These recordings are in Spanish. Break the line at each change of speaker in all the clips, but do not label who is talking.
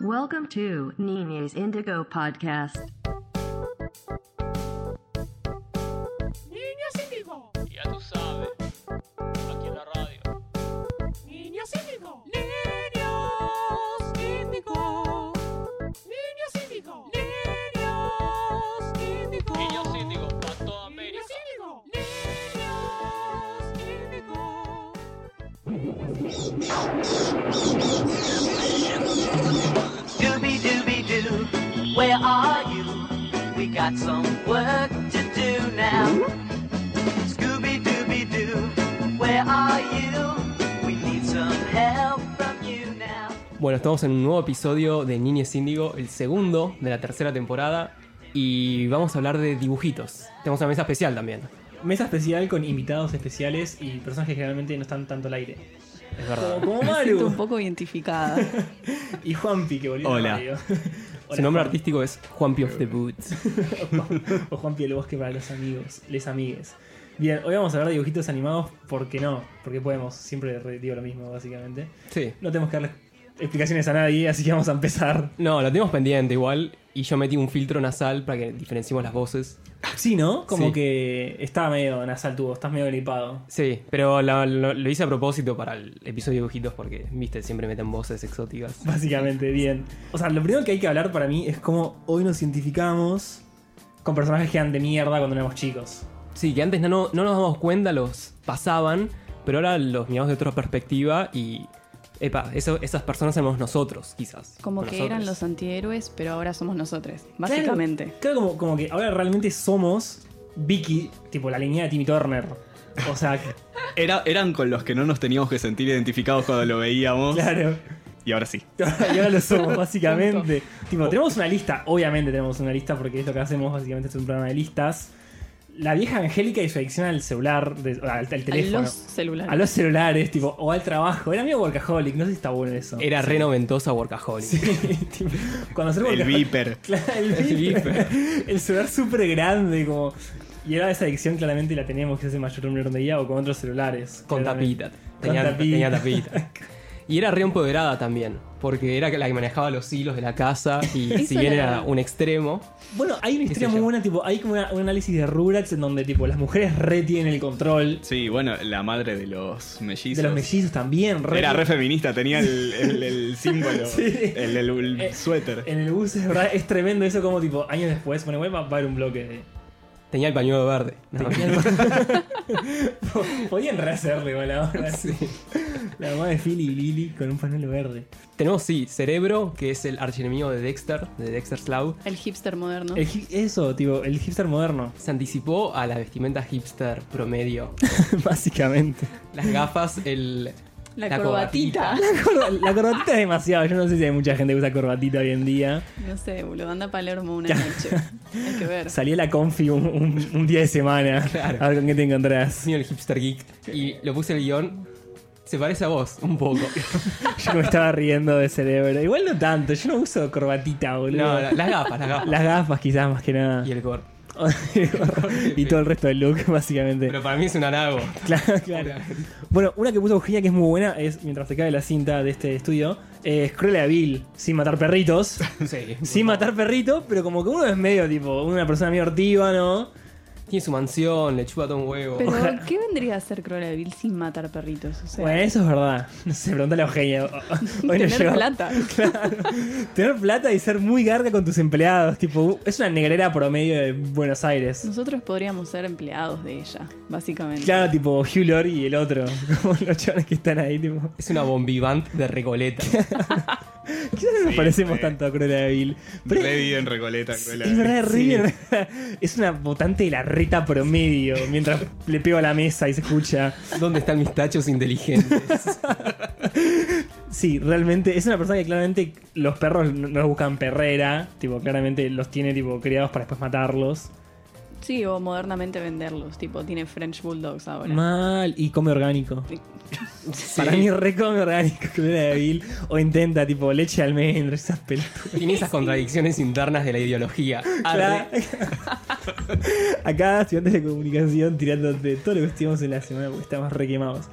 Welcome to Nini's Indigo Podcast.
Niños Índigo,
Ya tú sabes, aquí en la radio.
niños Índigo, niños Índigo, niños Índigo, niños Índigo,
Y yo sí digo, para toda América.
niños Índigo, niños Índigo.
Dooby dooby doo, where are you? We got some work to do now. Scooby dooby doo, where are you? We need some help from you now.
Bueno, estamos en un nuevo episodio de Niñez Índigo, el segundo de la tercera temporada, y vamos a hablar de dibujitos. Tenemos una mesa especial también,
Mesa especial con invitados especiales y personas que generalmente no están tanto al aire.
es verdad.
Como, como
Me siento un
Maru
poco identificada.
y Juanpi, que volvió
Hola.
a la radio. Hola,
Su nombre
Juanpi.
artístico es Juanpi of the Boots.
O Juanpi del Bosque para los amigos, les amigues. Bien, hoy vamos a hablar de dibujitos animados, porque no? Porque podemos, siempre re- digo lo mismo, básicamente.
Sí.
No tenemos que darle explicaciones a nadie, así que vamos a empezar.
No, lo tenemos pendiente igual, y yo metí un filtro nasal para que diferenciemos las voces.
Sí, ¿no? Como
Sí.
que está medio nasal tuvo, estás medio gripado.
Sí, pero la- lo, lo hice a propósito para el episodio de dibujitos porque, viste, siempre meten voces exóticas.
Básicamente, bien. O sea, lo primero que hay que hablar para mí es cómo hoy nos identificamos con personajes que eran de mierda cuando éramos chicos.
Sí, que antes no, no, no nos damos cuenta, los pasaban, pero ahora los miramos de otra perspectiva y... Epa, eso- esas personas éramos nosotros, quizás.
Como
O
que
nosotros.
eran los antihéroes, pero ahora somos nosotros, básicamente.
Claro, claro, como, como que ahora realmente somos Vicky, tipo la línea de Timmy Turner. O sea,
Era, eran con los que no nos teníamos que sentir identificados cuando lo veíamos.
claro.
Y ahora sí.
Y ahora lo somos, básicamente. tipo, tenemos una lista, obviamente tenemos una lista, porque es lo que hacemos, básicamente es un programa de listas. La vieja Angélica y su adicción al celular, de- o al, al teléfono.
A los celulares.
A los celulares, tipo, o al trabajo. Era medio workaholic, no sé si está bueno eso.
Era re noventosa Workaholic.
Sí, tipo, cuando ser
El
workaholic-
Viper.
Claro, el
El
bip.
bip.
el celular súper grande, como. Y era esa adicción, claramente la teníamos que hace mayor número de día o con otros celulares.
Con
claramente.
tapita. Tenía,
tapita.
tenía tapita. Y era re empoderada también, porque era la que manejaba los hilos de la casa y
Eso
si bien
era-
era un extremo,
Bueno, hay
Qué
una historia
sé
muy
yo.
buena, tipo, hay como una- un análisis de Rugrats en donde tipo las mujeres re tienen el control.
Sí, bueno, la madre de los mellizos.
De los mellizos también, re.
Era re feminista, tenía el, el- el símbolo,
Sí.
el, el- el
Eh,
suéter.
En el bus, es verdad, es tremendo eso como tipo, años después, bueno, igual va, va a haber un bloque de.
tenía el pañuelo verde. No,
Podían rehacerlo igual ahora. La mamá de Philly y Lily con un pañuelo verde.
Tenemos, sí, Cerebro, que es el archienemigo de Dexter, de Dexter Slav.
El hipster moderno.
El hip- eso, tipo, el hipster moderno.
Se anticipó a la vestimenta hipster promedio.
Básicamente.
Las gafas, el...
La corbatita.
Corba- La corbatita es demasiado. Yo no sé si hay mucha gente que usa corbatita hoy en día.
No sé, boludo. Anda a Palermo una noche. Hay que ver.
Salí a la confi un, un- un día de semana.
Claro.
A ver con qué te encontrás.
Señor el hipster geek. Y lo puse el guión. Se parece a vos, un poco.
Yo me estaba riendo de cerebro. Igual no tanto. Yo no uso corbatita, boludo.
No, no, las gafas, las gafas.
Las gafas quizás más que nada.
Y el gore.
y todo el resto del look, básicamente.
Pero para mí es un halago.
Claro, claro. Bueno, una que puso Eugenia que es muy buena es, mientras se cae la cinta de este estudio, es Cruella de Vil, sin matar perritos.
Sí.
sin matar perritos, pero como que uno es medio tipo, una persona medio hortiva, ¿no?
Tiene su mansión, le chupa todo un huevo.
Pero, ¿qué vendría a ser Cruella de Vil sin matar perritos? O sea,
Bueno, eso es verdad. No sé, preguntale a Eugenia. Hoy no
tener
llegó.
plata.
Claro. Tener plata y ser muy garga con tus empleados. Tipo, es una negrera promedio de Buenos Aires.
Nosotros podríamos ser empleados de ella, básicamente.
Claro, tipo Hugh Laurie y el otro. Como los chavales que están ahí, tipo.
Es una bombivant de Recoleta.
Quizás no nos
Sí,
parecemos
re.
tanto a Cruella de Vil. Pero es-
Re bien Recoleta, Cruella.
Es verdad,
Sí.
River es una votante de la reta promedio mientras le pego a la mesa y se escucha.
¿Dónde están mis tachos inteligentes?
Sí, realmente es una persona que claramente los perros no no buscan perrera, tipo claramente los tiene tipo criados para después matarlos.
Sí, o modernamente venderlos. Tipo, tiene French Bulldogs ahora.
Mal y come orgánico.
Sí.
Para mí re come orgánico, que era débil o intenta tipo leche de almendra esas pelotas.
Tiene esas contradicciones internas de la ideología.
Acá,
Arre.
acá, estudiantes de comunicación tirándote todo lo que estuvimos en la semana porque estamos re quemados.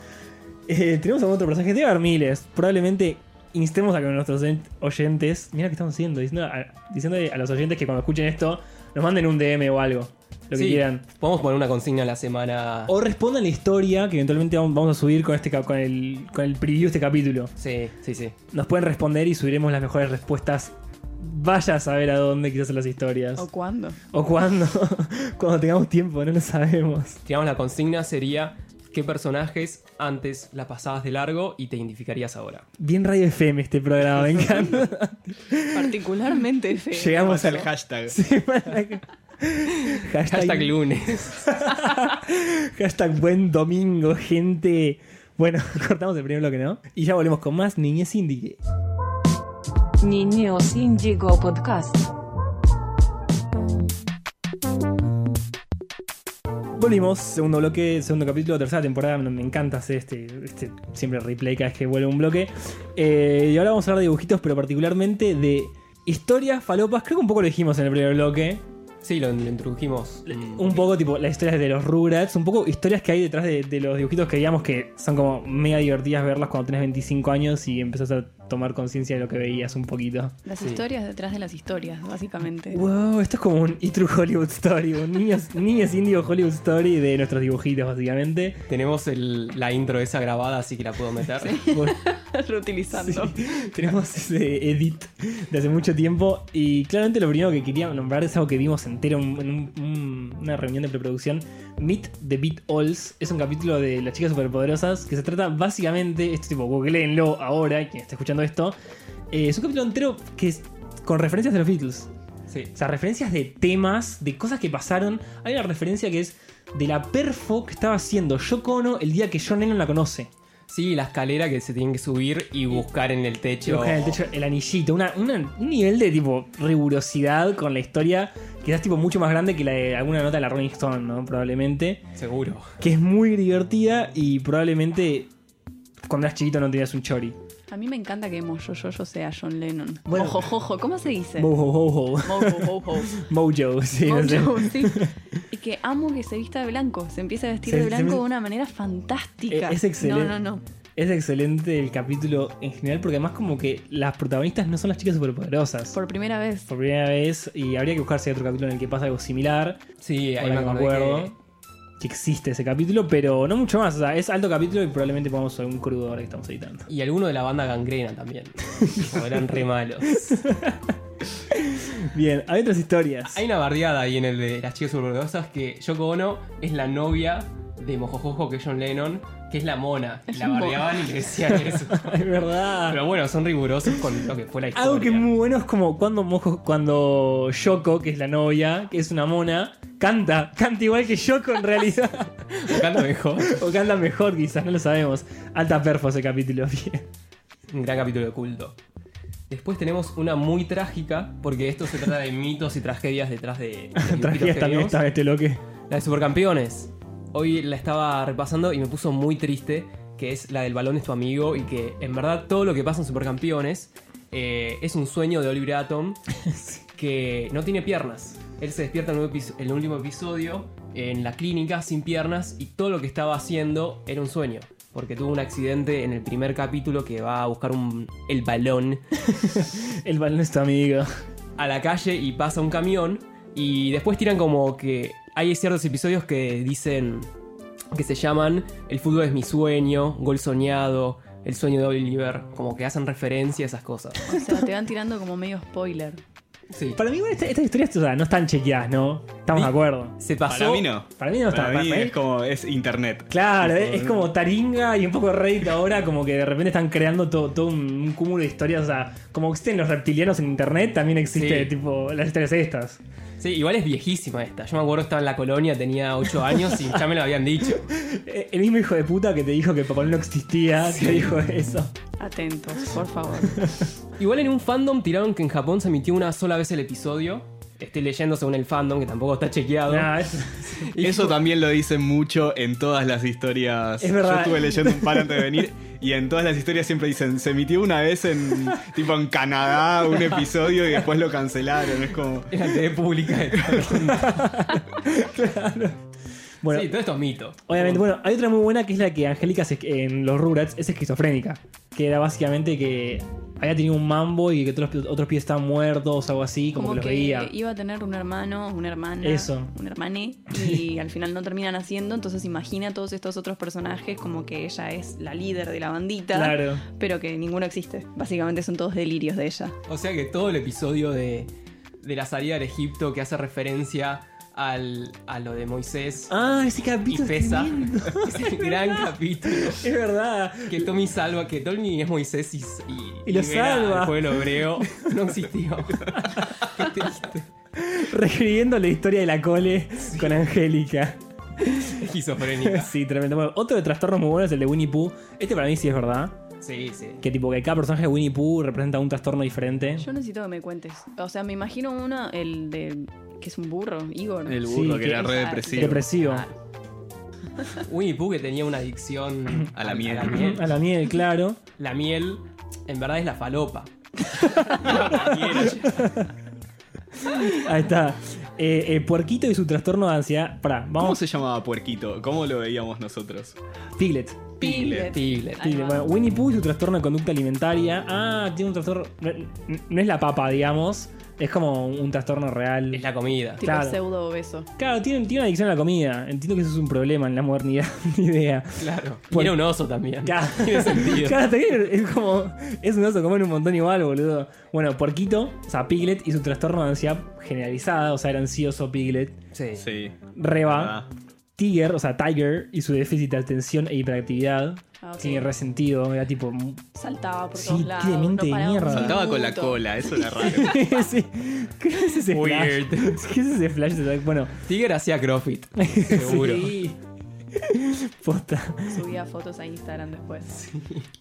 Eh, tenemos a otro personaje, debe haber miles. Probablemente instemos a que nuestros oyen- oyentes, mira lo que estamos haciendo, diciendo a, diciéndole a los oyentes que cuando escuchen esto nos manden un DM o algo, lo que
Sí,
quieran.
Podemos poner una consigna a la semana.
O respondan la historia que eventualmente vamos- vamos a subir con este cap- con el, con el preview de este capítulo.
Sí, sí, sí.
Nos pueden responder y subiremos las mejores respuestas. Vaya a saber a dónde quizás en las historias.
¿O cuándo?
O cuándo. cuando tengamos tiempo, no lo sabemos.
Digamos, la consigna sería qué personajes antes la pasabas de largo y te identificarías ahora.
Bien Radio FM este programa, me encanta.
Particularmente feo.
Llegamos al hashtag.
hashtag.
Hashtag lunes.
Hashtag buen domingo, gente. Bueno, cortamos el primer bloque, ¿no? Y ya volvemos con más Niñez Indie.
Niños Indigo Podcast.
Volvimos, segundo bloque, segundo capítulo, tercera temporada. Me me encanta hacer este, este siempre replay cada vez que vuelve un bloque. Eh, y ahora vamos a hablar de dibujitos, pero particularmente de historias falopas. Creo que un poco lo dijimos en el primer bloque.
Sí, lo, lo introdujimos. Mm.
Un poco tipo las historias de los Rugrats, un poco historias que hay detrás de, de los dibujitos que digamos que son como mega divertidas verlas cuando tenés 25 años y empezás a tomar conciencia de lo que veías un poquito.
Las
Sí.
historias detrás de las historias, básicamente.
Wow, esto es como un E-True Hollywood Story, un niños, niños indio Hollywood Story de nuestros dibujitos, básicamente.
Tenemos el- la intro esa grabada, así que la puedo meter.
Por- sí,
Reutilizando.
tenemos ese edit de hace mucho tiempo. Y claramente lo primero que quería nombrar es algo que vimos entero en un- un- una reunión de preproducción. Meet the Beat Alls es un capítulo de Las Chicas Superpoderosas que se trata básicamente, esto tipo, googleenlo ahora, quien está escuchando esto. Eh, es un capítulo entero que es con referencias de los Beatles.
Sí.
O sea, referencias de temas, de cosas que pasaron. Hay una referencia que es de la perfo que estaba haciendo Yoko Ono el día que John Lennon la conoce.
Sí, la escalera que se tienen que subir y buscar en el techo.
Dibujar en el techo el anillito. Una- una- un nivel de tipo rigurosidad con la historia quizás tipo mucho más grande que la de alguna nota de la Rolling Stone, ¿no? Probablemente.
Seguro.
Que es muy divertida y probablemente cuando eras chiquito no tenías un chori.
A mí me encanta que Mojojojo sea John Lennon.
Bueno.
Mojojojo, ¿cómo se dice?
Mojo, mojo.
Mojo, mojo.
Mojo, sí. no sé.
Mojo, sí. Y que amo que se vista de blanco. Se empieza a vestir
Se-
de
se
blanco
me-
de una manera fantástica.
Eh, es excelente.
No, no, no.
Es excelente el capítulo en general porque además como que las protagonistas no son las chicas superpoderosas.
Por primera vez.
por primera vez y habría que buscarse otro capítulo en el que pasa algo similar.
Sí, ahí
Ahora
me
que
acordé que-
que existe ese capítulo, pero no mucho más. O sea, es alto capítulo y probablemente podamos hacer un crudo ahora que estamos editando.
Y alguno de la banda gangrena también. Como eran re malos.
Bien, hay otras historias.
Hay una bardeada ahí en el de las chicas superpoderosas que Yoko Ono es la novia de Mojojojo que es John Lennon, que es la mona.
Es
la
un mo-
bardeaban y le decían eso.
Es verdad.
Pero bueno, son rigurosos con lo que fue la historia.
Algo que es muy bueno es como cuando Mojo, cuando Yoko, que es la novia, que es una mona, canta, canta igual que Yoko en realidad.
Me canta mejor.
o canta mejor quizás, no lo sabemos. Alta perfo ese capítulo, bien.
Un gran capítulo de culto. Después tenemos una muy trágica, porque esto se trata de mitos y tragedias detrás de... de dibujitos
Tragedias
que
también
vemos.
está en este bloque.
La de Supercampeones. Hoy la estaba repasando y me puso muy triste, que es la del balón es tu amigo y que en verdad todo lo que pasa en Supercampeones eh, es un sueño de Oliver Atom que no tiene piernas. Él se despierta en un episo- en el último episodio en la clínica sin piernas y todo lo que estaba haciendo era un sueño. Porque tuvo un accidente en el primer capítulo que va a buscar un, el balón
El balón es tu amigo.
a la calle y pasa un camión y después tiran como que hay ciertos episodios que dicen que se llaman El fútbol es mi sueño, Gol soñado, El sueño de Oliver, como que hacen referencia a esas cosas.
O sea, te van tirando como medio spoiler.
Sí.
Para mí, igual, esta- estas historias o sea, no están chequeadas, ¿no? Estamos de
Di-
acuerdo.
Se pasó.
Para mí no.
Para mí no está.
Para mí
para mí-
es como es internet.
Claro, eh,
Tipo,
es,
eh.
es como Taringa y un poco Reddit ahora, como que de repente están creando to- todo, un, un cúmulo de historias. O sea, como existen los reptilianos en internet, también existe
Sí.
tipo las historias estas.
Sí, igual es viejísima esta. Yo me acuerdo que estaba en la colonia, tenía 8 años y ya me lo habían dicho.
Eh, El mismo hijo de puta que te dijo que Papá Noel no existía, te dijo eso.
Atentos, por favor.
Igual en un fandom tiraron que en Japón se emitió una sola vez el episodio. Estoy leyendo según el fandom, que tampoco está chequeado.
Nah, es-
Y-
Eso también lo dicen mucho en todas las historias.
Es verdad.
Yo estuve leyendo un par antes de venir y en todas las historias siempre dicen, se emitió una vez en tipo en Canadá un episodio y después lo cancelaron. Es como
En la TV pública de todo el mundo.
Bueno,
sí, todo esto es mito.
Obviamente, bueno, hay otra muy buena que es la que Angélica se- en los Rugrats es esquizofrénica. Que era básicamente que había tenido un mambo y que otros, otros pies estaban muertos o algo así, como, que, los veía.
iba a tener un hermano, una hermana,
Eso.
un hermane, y al final no terminan haciendo, entonces imagina a todos estos otros personajes como que ella es la líder de la bandita,
Claro.
pero que ninguno existe. Básicamente son todos delirios de ella.
O sea que todo el episodio de, de la salida del Egipto que hace referencia al, a lo de Moisés
Ah, ese
y
capítulo. es
Pesa,
tremendo.
es el gran capítulo.
Es verdad.
Que Tommy salva, que Tommy es Moisés y,
Y lo
libera
salva.
al pueblo hebreo. No existió. Qué triste.
Reescribiendo la historia de la cole con Angélica.
Esquizofrénica.
Sí, tremendo. Bueno, otro de trastornos muy bueno es el de Winnie Pooh. Este para mí sí es verdad.
Sí, sí.
Que tipo que cada personaje de Winnie Pooh representa un trastorno diferente.
Yo necesito que me cuentes. O sea, me imagino uno, el de... que es un burro, Igor.
El burro
Sí,
que
que
era
es-
re depresivo.
Depresivo.
Winnie Pooh que tenía una adicción
A la miel.
A la miel, claro.
La miel, en verdad, es la falopa. La miel.
Ahí está. Eh, eh, puerquito y su trastorno de ansiedad. Pará,
¿Cómo
vamos.
se llamaba Puerquito? ¿Cómo lo veíamos nosotros?
Piglet.
Piglet.
Piglet.
Ahí
Piglet.
va.
Bueno, Winnie Pooh y su trastorno de conducta alimentaria. Ah, tiene un trastorno. No, no es la papa, digamos. Es como un trastorno real.
Es la comida.
Tipo
Claro.
pseudo obeso.
Claro, tiene, tiene una adicción a la comida. Entiendo que eso es un problema en la modernidad. Ni idea.
Claro. Y
Por-
era un oso también.
Claro.
Tiene sentido.
Claro, también es como. Es un oso comer un montón igual, boludo. Bueno, Porquito, o sea, Piglet y su trastorno de ansiedad generalizada, o sea, era ansioso Piglet.
Sí.
Sí.
Reba,
Ah.
Tiger, o sea, Tiger y su déficit de atención e hiperactividad.
Ah, ok.
Tiene resentido, era tipo. mm,
Saltaba por
Sí,
todos
tiene
lados.
mente de
no paraba un
mierda.
Saltaba con la
minuto.
cola, eso era raro.
sí. ¿Qué es ese flash?
Weird.
¿Qué es ese flash? Bueno,
Tigger hacía CrossFit. Seguro.
sí. Posta.
Subía fotos a Instagram después.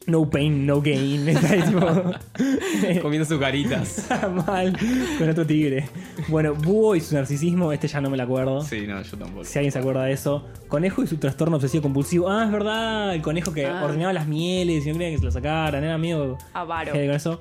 No pain, no gain. Está ahí, tipo-
Comiendo sus caritas.
mal con otro tigre. Bueno, Búho y su narcisismo, este ya no me lo acuerdo.
Sí, no, yo tampoco.
Si alguien se acuerda de eso. Conejo y su trastorno obsesivo compulsivo. Ah, es verdad, el conejo que
Ah.
ordenaba las mieles y no quería que se lo sacaran, era medio
Avaro.
heavy con eso.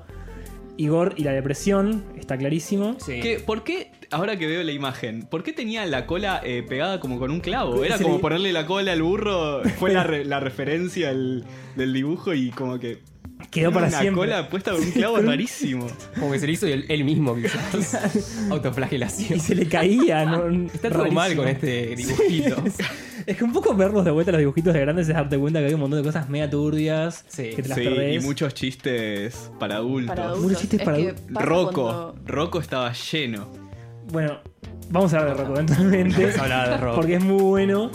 Igor y la depresión, está clarísimo.
Sí.
¿Qué- ¿Por qué, ahora que veo la imagen, por qué tenía la cola eh, pegada como con un clavo? Era
Se
como
le-
ponerle la cola al burro, fue la, re- la referencia al- del dibujo y como que...
Quedó para
una
siempre.
cola puesta con un clavo es rarísimo.
Como que se lo hizo él, él mismo, quizás. Autoflagelación.
Y se le caía, ¿no?
Está todo mal con este dibujito.
Es que un poco verlos de vuelta los dibujitos de grandes es darte cuenta que hay un montón de cosas mega turbias
Sí.
que te las
Sí, y
perdés.
muchos chistes para adultos.
Para adultos.
Muchos chistes
Es
para
que
adultos.
pasa
Rocco,
cuando-
Rocco estaba lleno.
Bueno, vamos a hablar de Rocco eventualmente.
a hablar de Rocco.
Porque es muy bueno.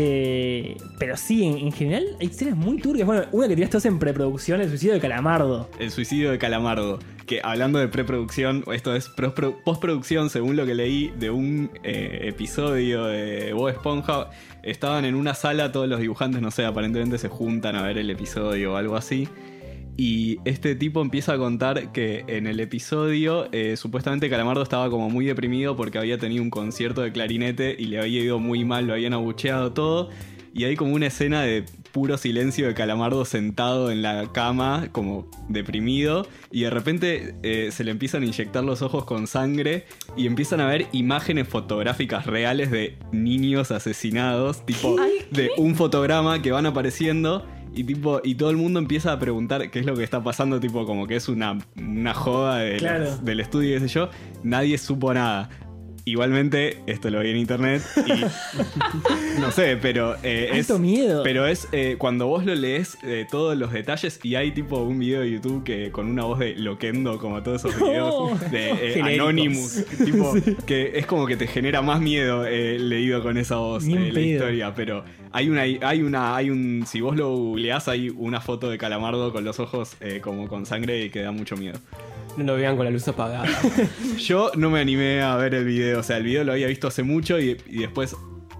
Eh, pero sí, en, en general hay escenas muy turbias. Bueno, una que tiraste vos en preproducción, el suicidio de Calamardo.
El suicidio de Calamardo, que hablando de preproducción, esto es prospro- postproducción, según lo que leí de un eh, episodio de Bob Esponja, estaban en una sala, todos los dibujantes, no sé, aparentemente se juntan a ver el episodio o algo así. Y este tipo empieza a contar que en el episodio eh, supuestamente Calamardo estaba como muy deprimido porque había tenido un concierto de clarinete y le había ido muy mal, lo habían abucheado todo. Y hay como una escena de puro silencio de Calamardo sentado en la cama, como deprimido, y de repente eh, se le empiezan a inyectar los ojos con sangre y empiezan a ver imágenes fotográficas reales de niños asesinados, tipo de un fotograma que van apareciendo. Y, tipo, y todo el mundo empieza a preguntar qué es lo que está pasando, tipo como que es una, una joda de los-
Claro.
del estudio, qué sé yo. Nadie supo nada. Igualmente, esto lo vi en internet y no sé, pero eh, es...
Alto miedo.
Pero es eh, cuando vos lo lees eh, todos los detalles y hay tipo un video de YouTube que con una voz de Loquendo, como todos esos videos de eh,
Oh. Genéricos.
Anonymous, tipo, que es como que te genera más miedo eh, leído con esa voz
Ni en
eh, la
pedo.
historia. Pero hay una, hay una, hay un, si vos lo googleás hay una foto de Calamardo con los ojos eh, como con sangre y que da mucho miedo.
No lo vean con la luz apagada.
Yo no me animé a ver el video, o sea, el video lo había visto hace mucho y, y después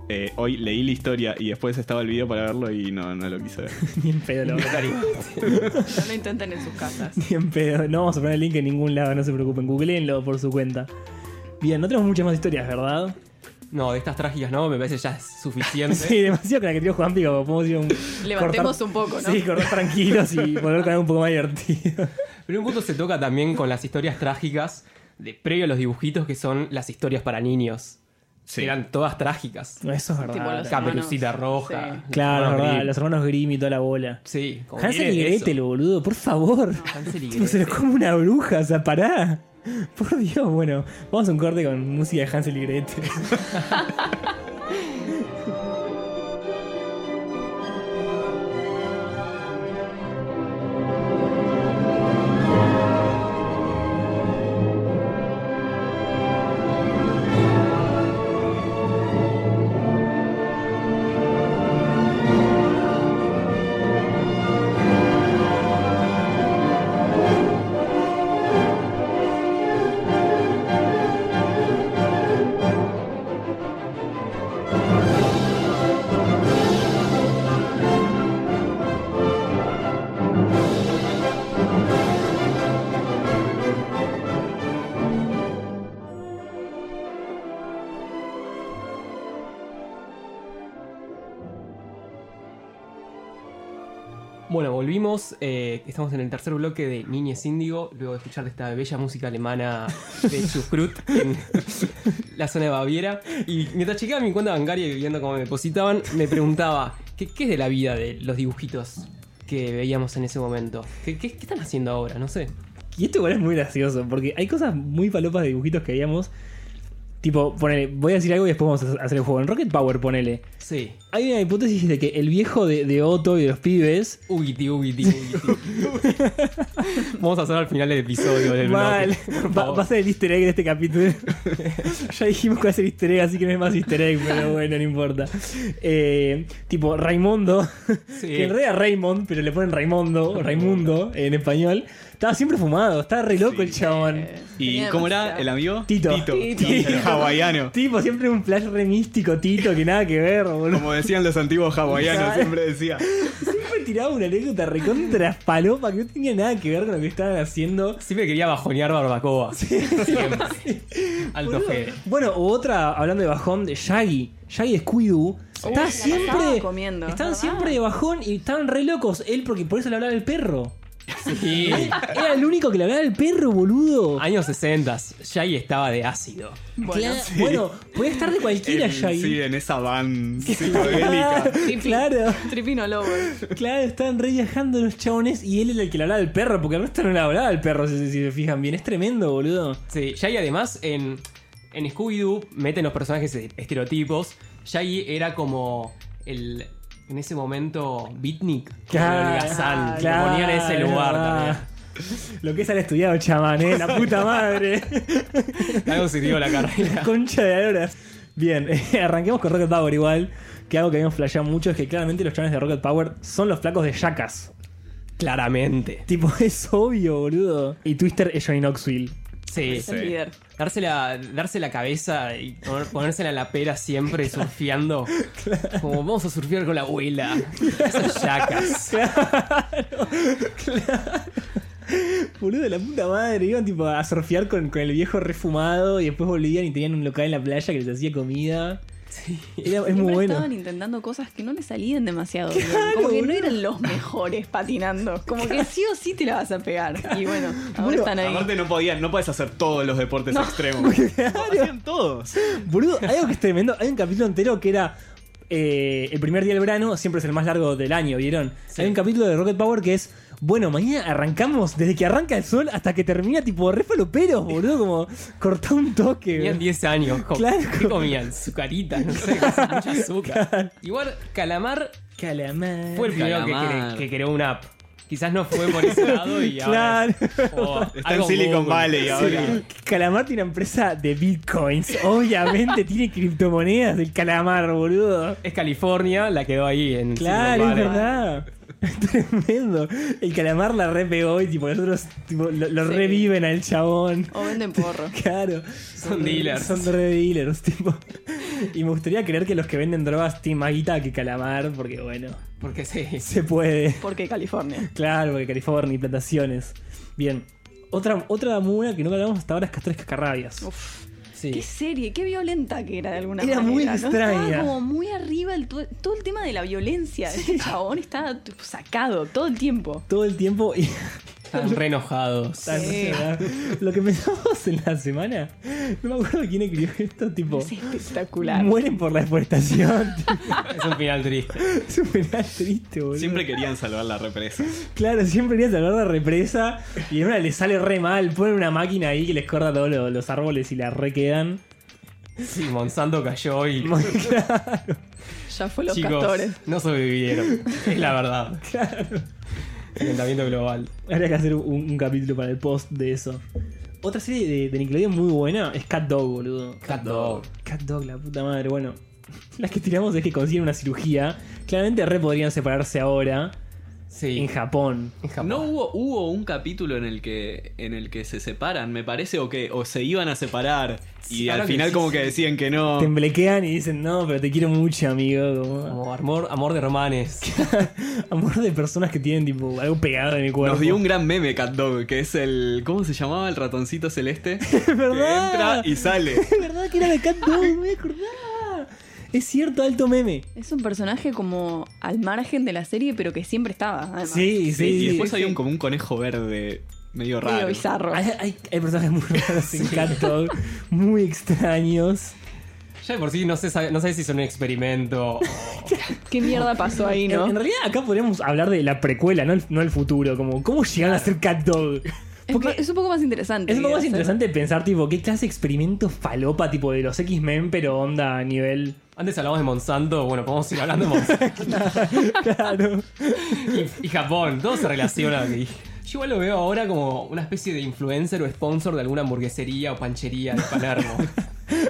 eh, hoy leí la historia y después estaba el video para verlo y no, no lo quise ver.
Ni en pedo, lo
No lo intenten en sus casas.
Ni en pedo. No vamos a poner el link en ningún lado, no se preocupen. Googleenlo por su cuenta. Bien, no tenemos muchas más historias, ¿verdad?
No, de estas trágicas no, me parece ya es suficiente.
Sí, demasiado con la que tiró Juan Pico. Podemos ir a un.
Levantemos un poco, ¿no?
Sí, cortar tranquilos y volver con algo un poco más divertido.
Pero un punto se toca también con las historias trágicas de previo a los dibujitos que son las historias para niños.
Sí.
que eran todas trágicas.
Eso es verdad.
Tipo los-
Caperucita
hermanos,
roja.
sí.
los
Claro, es
hermanos
verdad.
Grimm.
Los hermanos Grimm y toda la bola.
Sí, como
Hansel y
miren eso.
Gretel, boludo, por favor.
Hansel y
Tipo, se los
Gretel.
come una bruja, o sea, pará. Por Dios, bueno, vamos a un corte con música de Hansel y Gretel.
Bueno, volvimos. eh, estamos en el tercer bloque de Niñez Índigo. Luego de escuchar esta bella música alemana de Schuhfrut en la zona de Baviera. Y mientras checaba mi cuenta bancaria y viendo cómo me depositaban, me preguntaba: ¿qué, qué es de la vida de los dibujitos que veíamos en ese momento? ¿Qué, qué- qué están haciendo ahora? No sé.
Y esto igual es muy gracioso, porque hay cosas muy palopas de dibujitos que veíamos. Tipo, ponele, voy a decir algo y después vamos a hacer el juego. En Rocket Power, ponele.
Sí.
Hay una hipótesis de que el viejo de, de Otto y de los pibes.
Ugiti, ugiti, ugiti. Vamos a hacer al final del episodio del
Mal.
bloque, por
Va,
favor.
va a ser el easter egg de este capítulo. ya dijimos que va a ser easter egg, así que no es más easter egg, pero bueno, no importa. Eh, tipo, Raimundo.
Sí.
Que en realidad es Raymond, pero le ponen Raimundo, o Raimundo en español. Estaba siempre fumado, estaba re loco el chabón.
¿Y
Tenía
cómo era
demasiado.
el amigo?
Tito.
Tito.
Tito.
El hawaiano.
Tipo, siempre un flash re místico, Tito, que nada que ver, boludo.
Como decían los antiguos hawaianos, siempre decía.
Siempre tiraba una anécdota recontra palopa que no tenía nada que ver con lo que estaban haciendo.
Siempre quería bajonear barbacoa. Siempre. Alto
Boludo.
Fede.
Bueno, u otra, hablando de bajón, de Shaggy. Shaggy de Scooby-Doo. Estaba siempre.
pasaba comiendo,
Estaban
es verdad.
siempre de bajón y estaban re locos. Él, porque por eso le hablaba el perro.
Sí.
Era el único que le hablaba el perro, boludo.
Años 60, Shaggy estaba de ácido.
Bueno,
Cla- bueno, podía estar de cualquiera,
El-
Shaggy.
Sí, en esa van psicodélica.
claro.
Tripino Lover.
Claro, estaban re viajando los chabones y él era el que le hablaba al perro, porque el resto no le hablaba al perro, si, si se fijan bien. Es tremendo, boludo.
Sí, Shaggy además en, en Scooby-Doo meten los personajes de estereotipos. Shaggy era como el, en ese momento, beatnik. como
Claro,
el holgazán. Lo
claro,
ponían en ese
es
lugar
verdad. Lo que es al estudiado, chamán, eh, la puta madre.
también. Algo sirvió la carrera.
Concha de la lora. Bien, eh, arranquemos con Rocket Power igual. Que algo que habíamos flasheado mucho es que claramente los chabones de Rocket Power son los flacos de Jackass.
Claramente.
Tipo, es obvio, boludo. Y Twister es Johnny Knoxville.
Sí.
Es el líder.
Darse la, darse la cabeza y poner- ponérsela en la pera siempre surfeando. Como vamos a surfear con la abuela. Esas yacas.
Boludo, la puta madre. Iban tipo a surfear con, con el viejo refumado y después volvían y tenían un local en la playa que les hacía comida. Era- es muy
Siempre
bueno.
Estaban intentando cosas que no le salían demasiado bien. Como que no eran los mejores patinando. Como que sí o sí te la vas a pegar. Y bueno, ahora
Bueno,
están ahí.
Aparte no podían, no podés hacer todos los deportes extremos. Hacían todos.
Boludo, hay algo que es tremendo. Hay un capítulo entero que era eh, el primer día del verano, siempre es el más largo del año, ¿vieron? Hay un capítulo de Rocket Power que es, bueno, mañana arrancamos desde que arranca el sol hasta que termina, tipo, re faloperos, boludo, como cortá un toque.
Tenían 10 años. co-
Claro.
¿Qué comían? Sucaritas, no sé, casi mucha azúcar. Igual Calamar
Calamar.
fue el primero que,
Calamar.
cre- que creó una app. Quizás no fue por ese lado y ahora.
Claro.
o
Está en
algo
Silicon
Google.
Valley
Sí.
ahora.
Calamar tiene una empresa de bitcoins. Obviamente tiene criptomonedas del calamar, boludo.
Es California, la quedó ahí en
Claro, es
Silicon Valley.
verdad. Tremendo. El calamar la re pegó y tipo, los otros tipo, lo, lo
Sí.
reviven al chabón.
O venden porro.
Claro.
Son dealers.
Son re dealers, tipo. Y me gustaría creer que los que venden drogas tienen más guita que calamar, porque bueno,
Porque sí.
se puede.
Porque California.
Claro, porque California y plantaciones. Bien. Otra, otra muy buena que no hablamos hasta ahora es Castores Cascarrabias.
Uf.
sí.
Qué serie, qué violenta que era de alguna
Era
manera.
muy
¿no?
extraña.
Estaba como muy arriba el tu- todo el tema de la violencia. Este chabón estaba tipo, sacado todo el tiempo.
todo el tiempo y Ah,
Están re enojados.
Tan-
Sí.
Lo que pensamos en la semana, no me acuerdo quién escribió esto, tipo,
Es espectacular.
mueren por la deforestación.
Es un final triste.
es un penal triste, boludo.
Siempre querían salvar la represa.
Claro, siempre iría a salvar la represa y en una les sale re mal. Ponen una máquina ahí que les corta todos lo- los árboles y la re quedan.
Sí, Monsanto cayó y
Ya fue los
chicos
castores.
no sobrevivieron. Es la verdad. Calentamiento global.
Habría que hacer un, un capítulo para el post de eso. Otra serie de, de Nickelodeon muy buena es Cat Dog, boludo.
Cat Dog.
Cat Dog, la puta madre. Bueno, las que tiramos es que consiguen una cirugía. Claramente re podrían separarse ahora
Sí.
en Japón.
En Japón.
No hubo, hubo un capítulo en el que en el que se separan, me parece, o que o se iban a separar y
Sí, ahora
al
que
final
sí,
como
sí.
que decían que no.
Te emblequean y dicen, no, pero te quiero mucho, amigo. Como,
Como amor, amor de romanes.
amor de personas que tienen tipo algo pegado en el cuerpo.
Nos dio un gran meme Cat Dog, que es el ¿cómo se llamaba el ratoncito celeste?
verdad.
Que entra y sale.
Es verdad que era de Cat Dog, me acordaba. Es cierto, alto meme.
Es un personaje como al margen de la serie, pero que siempre estaba. Además.
Sí, sí.
y
sí.
después había un como un conejo verde
Medio
medio raro.
bizarro.
Hay, hay- hay personajes muy raros en Cat Dog, muy extraños.
Ya de por sí no sé, sabe- no sé si son un experimento. o-
¿Qué mierda pasó ahí,
En,
no?
en realidad acá podríamos hablar de la precuela, no el, no el futuro, como cómo llegaron a ser Cat Dog.
Es
Porque
ma- es un poco más interesante.
es un poco más
digamos, ¿eh?
interesante pensar tipo qué clase de experimento falopa tipo de los X-Men, pero onda a nivel
Antes hablamos de Monsanto, bueno, podemos ir hablando de Monsanto.
claro.
y, y Japón, todo se relaciona aquí. Yo igual lo veo ahora como una especie de influencer o sponsor de alguna hamburguesería o panchería de Palermo.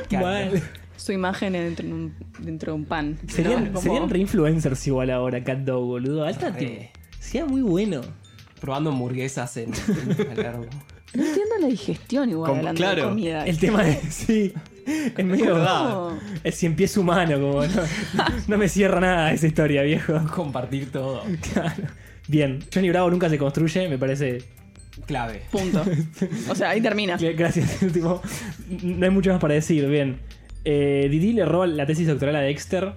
Que
Mal.
anda.
Su imagen dentro de un, dentro de un pan.
Serían,
No, como-
serían reinfluencers igual ahora, Cat Dog, boludo. Alta
Re.
tipo. Sería muy bueno.
Probando hamburguesas en, en Palermo.
No entiendo la digestión igual,
Como-
hablando de
claro.
comida.
El tema es, sí. Es medio.
¿Cómo?
El cien pies humano, como no, no me cierra nada esa historia, viejo.
Compartir todo.
Claro. Bien, Johnny Bravo nunca se construye, me parece.
Clave.
Punto. O sea, ahí termina.
Gracias, tipo, no hay mucho más para decir. Bien, eh, Didi le roba la tesis doctoral a Dexter.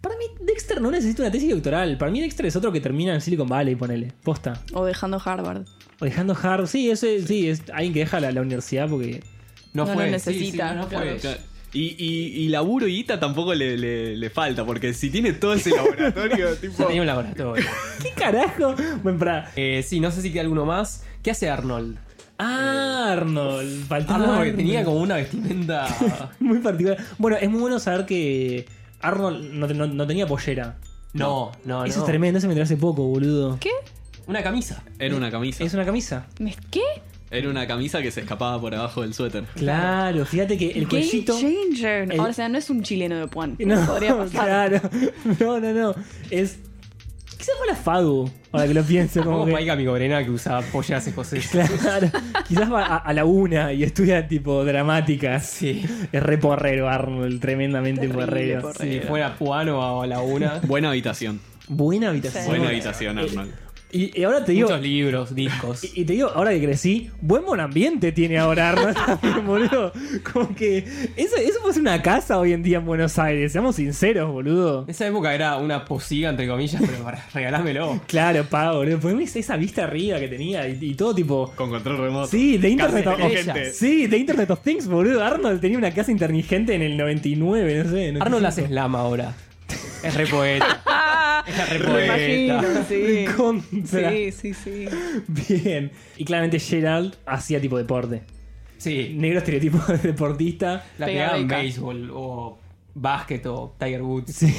Para mí, Dexter no necesita una tesis doctoral. Para mí, Dexter es otro que termina en Silicon Valley, ponele. Posta.
O dejando Harvard.
O dejando Harvard. Sí, ese, sí, es alguien que deja la, la universidad porque.
No,
No
fue.
lo
sí, sí,
necesita,
no fue.
claro.
Y, y, y laburo y guita tampoco le, le- le falta, porque si tiene todo ese laboratorio,
Ya
tipo.
tenía un laboratorio.
¿Qué carajo? Bueno, para.
Eh, sí, no sé si queda alguno más. ¿Qué hace Arnold?
Arnold. Faltaba
eh, Arnold porque
Arnold.
tenía como una vestimenta.
Muy particular. Bueno, es muy bueno saber que Arnold no, te- no- no tenía pollera.
No, Ah, no, no.
Eso es tremendo, eso me enteré hace poco, boludo.
¿Qué?
Una camisa.
Era una camisa.
Es una camisa.
¿Me- ¿Qué?
Era una camisa que se escapaba por abajo del suéter.
Claro, fíjate que el
Game
cuellito.
changer.
el-
O sea, no es un chileno de Puan.
No,
Podría pasar.
claro. No, no, no. Es. Quizás fue la Fadu, ahora que lo pienso. Como
Como
que-
Mike Amigorena que usaba polleras escocesas.
Claro. Quizás va a, a la una y estudia tipo dramáticas.
Sí.
Es re porrero, Arnold, tremendamente
Terrible
porrero.
porrero.
Si fuera Puano a la una.
Buena habitación.
Buena habitación.
Sí.
Buena habitación, Arnold.
Y, y ahora te digo.
Muchos libros, discos.
Y, y te digo, ahora que crecí, buen buen ambiente tiene ahora Arnold también, boludo. Como que. Eso, eso puede ser una casa hoy en día en Buenos Aires, seamos sinceros, boludo.
En esa época era una posiga, entre comillas, pero para, regalámelo.
Claro, pa, boludo. Poneme esa- esa vista arriba que tenía y, y todo tipo.
Con control remoto.
Sí, de Internet
Casa
of
de estrellas.
Sí, de Internet of Things, boludo. Arnold tenía una casa internigente en el 99, no sé.
Arnold hace slam ahora. Es re poeta. Es re
Me
poeta.
imagino, sí.
Contra.
Sí, sí, sí.
Bien. Y claramente Gerald hacía tipo deporte.
Sí.
Negro estereotipo de deportista.
La
Pega
pegaba en
beca.
béisbol o básquet o Tiger Woods.
Sí.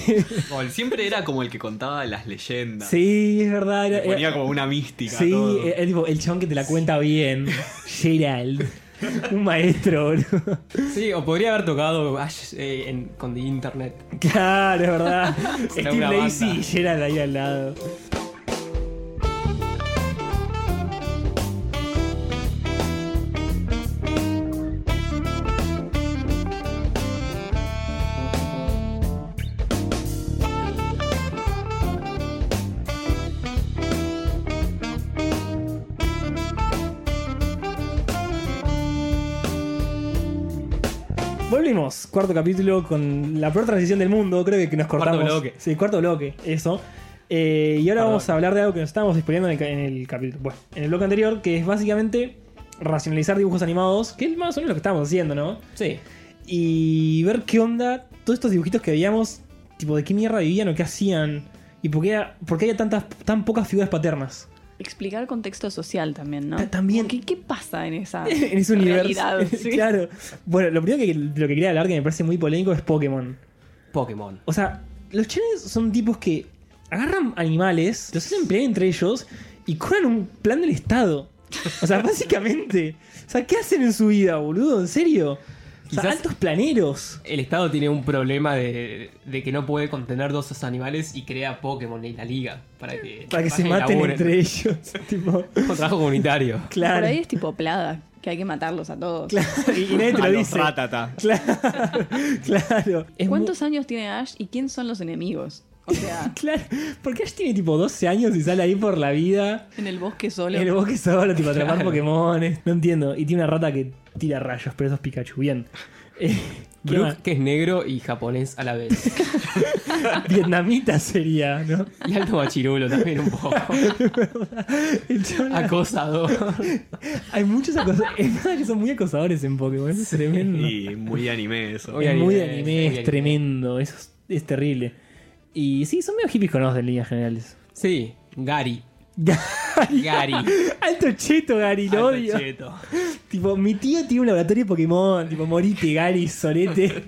Golf.
Siempre era como el que contaba las leyendas.
Sí, es verdad. Era,
Le Ponía
era-
como una mística.
sí, eh,
todo.
es tipo el chabón que te la cuenta bien. Gerald. Un maestro, boludo.
Sí, o podría haber tocado Ash eh, en- con The Internet.
Claro, es verdad. Steve
una banda.
Lacey y Gerald ahí al lado. Volvimos, cuarto capítulo con la peor transición del mundo, creo que nos cortamos.
bloque.
Sí, cuarto bloque, eso. Eh, y ahora
Perdón.
vamos a hablar de algo que nos estábamos disponiendo en el, ca- en el capítulo. Bueno, en el bloque anterior, que es básicamente racionalizar dibujos animados, que es más o menos lo que estábamos haciendo, ¿no?
Sí.
Y ver qué onda todos estos dibujitos que veíamos, tipo, de qué mierda vivían o qué hacían. Y por qué, por qué había tantas, tan pocas figuras paternas.
Explicar contexto social también, ¿no?
Ta- también.
¿Qué, qué pasa en esa
en ese universo.
realidad? Sí.
claro. Bueno, lo primero que, de lo que quería hablar que me parece muy polémico es Pokémon.
Pokémon.
O sea, los challenges son tipos que agarran animales, los hacen pelear entre ellos y cobran un plan del Estado. O sea, básicamente. O sea, ¿qué hacen en su vida, boludo? ¿En serio? O sea,
Quizás-
altos planeros.
El Estado tiene un problema de, de que no puede contener dos esos animales y crea Pokémon en la liga para que,
Para que se maten
laburen.
entre ellos. tipo,
Un trabajo comunitario.
Por
claro.
ahí es tipo plada, que hay que matarlos a todos.
Claro, Y, y nadie te
A
lo
los
dice.
ratata.
Claro. claro. Es mu-
¿Cuántos años tiene Ash y quién son los enemigos? O sea,
Claro. Porque Ash tiene tipo 12 años y sale ahí por la vida.
en el bosque solo.
El bosque solo, tipo atrapar
Claro.
Pokémones. No entiendo. Y tiene una rata que tira rayos, pero eso es Pikachu. Bien. Eh, ¿qué más?
Brook, que es negro y japonés a la vez.
Vietnamita sería, ¿no?
Y alto machirulo también un poco.
El chabón-
Acosador.
hay muchos acosadores. Es verdad que son muy acosadores en Pokémon. Eso es tremendo.
Y muy anime eso.
Muy
es muy de
anime, sí,
anime,
muy
es
anime.
tremendo. Eso es, es terrible. Y sí, son medio hippies con los de líneas generales.
Sí, Gary.
Gary.
Gary.
Alto cheto, Gary,
Alto
lo odio.
cheto.
Tipo, mi tío tiene un laboratorio de Pokémon, tipo, morite, Gary, solete.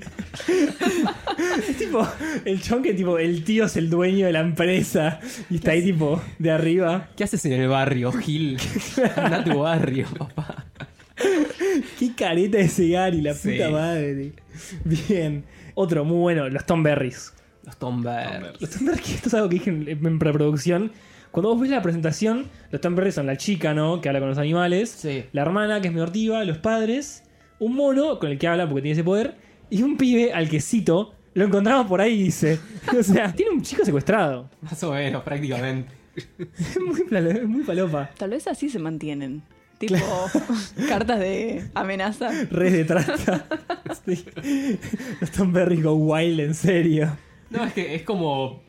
es tipo, el chon que tipo, el tío es el dueño de la empresa y está ahí tipo, de arriba.
¿Qué haces en el barrio, Gil? Anda a tu barrio, papá.
Qué careta ese Gary, la
Sí.
puta madre. Bien. Otro muy bueno, los Tom Berries.
Los Tom Bear.
Los Tom Berries, esto es algo que dije en, en preproducción. Cuando vos ves la presentación, los Tom Berries son la chica, ¿no? Que habla con los animales.
Sí.
La hermana, que es medio ortiva, los padres, un mono con el que habla porque tiene ese poder, y un pibe al que cito, lo encontramos por ahí, dice. O sea, tiene un chico secuestrado.
Más o menos, prácticamente.
Es muy, palo- es muy palopa.
Tal vez así se mantienen. Tipo cartas de amenaza.
Red de trata. Sí. Los Tom Berry go wild, en serio.
No, es que es como.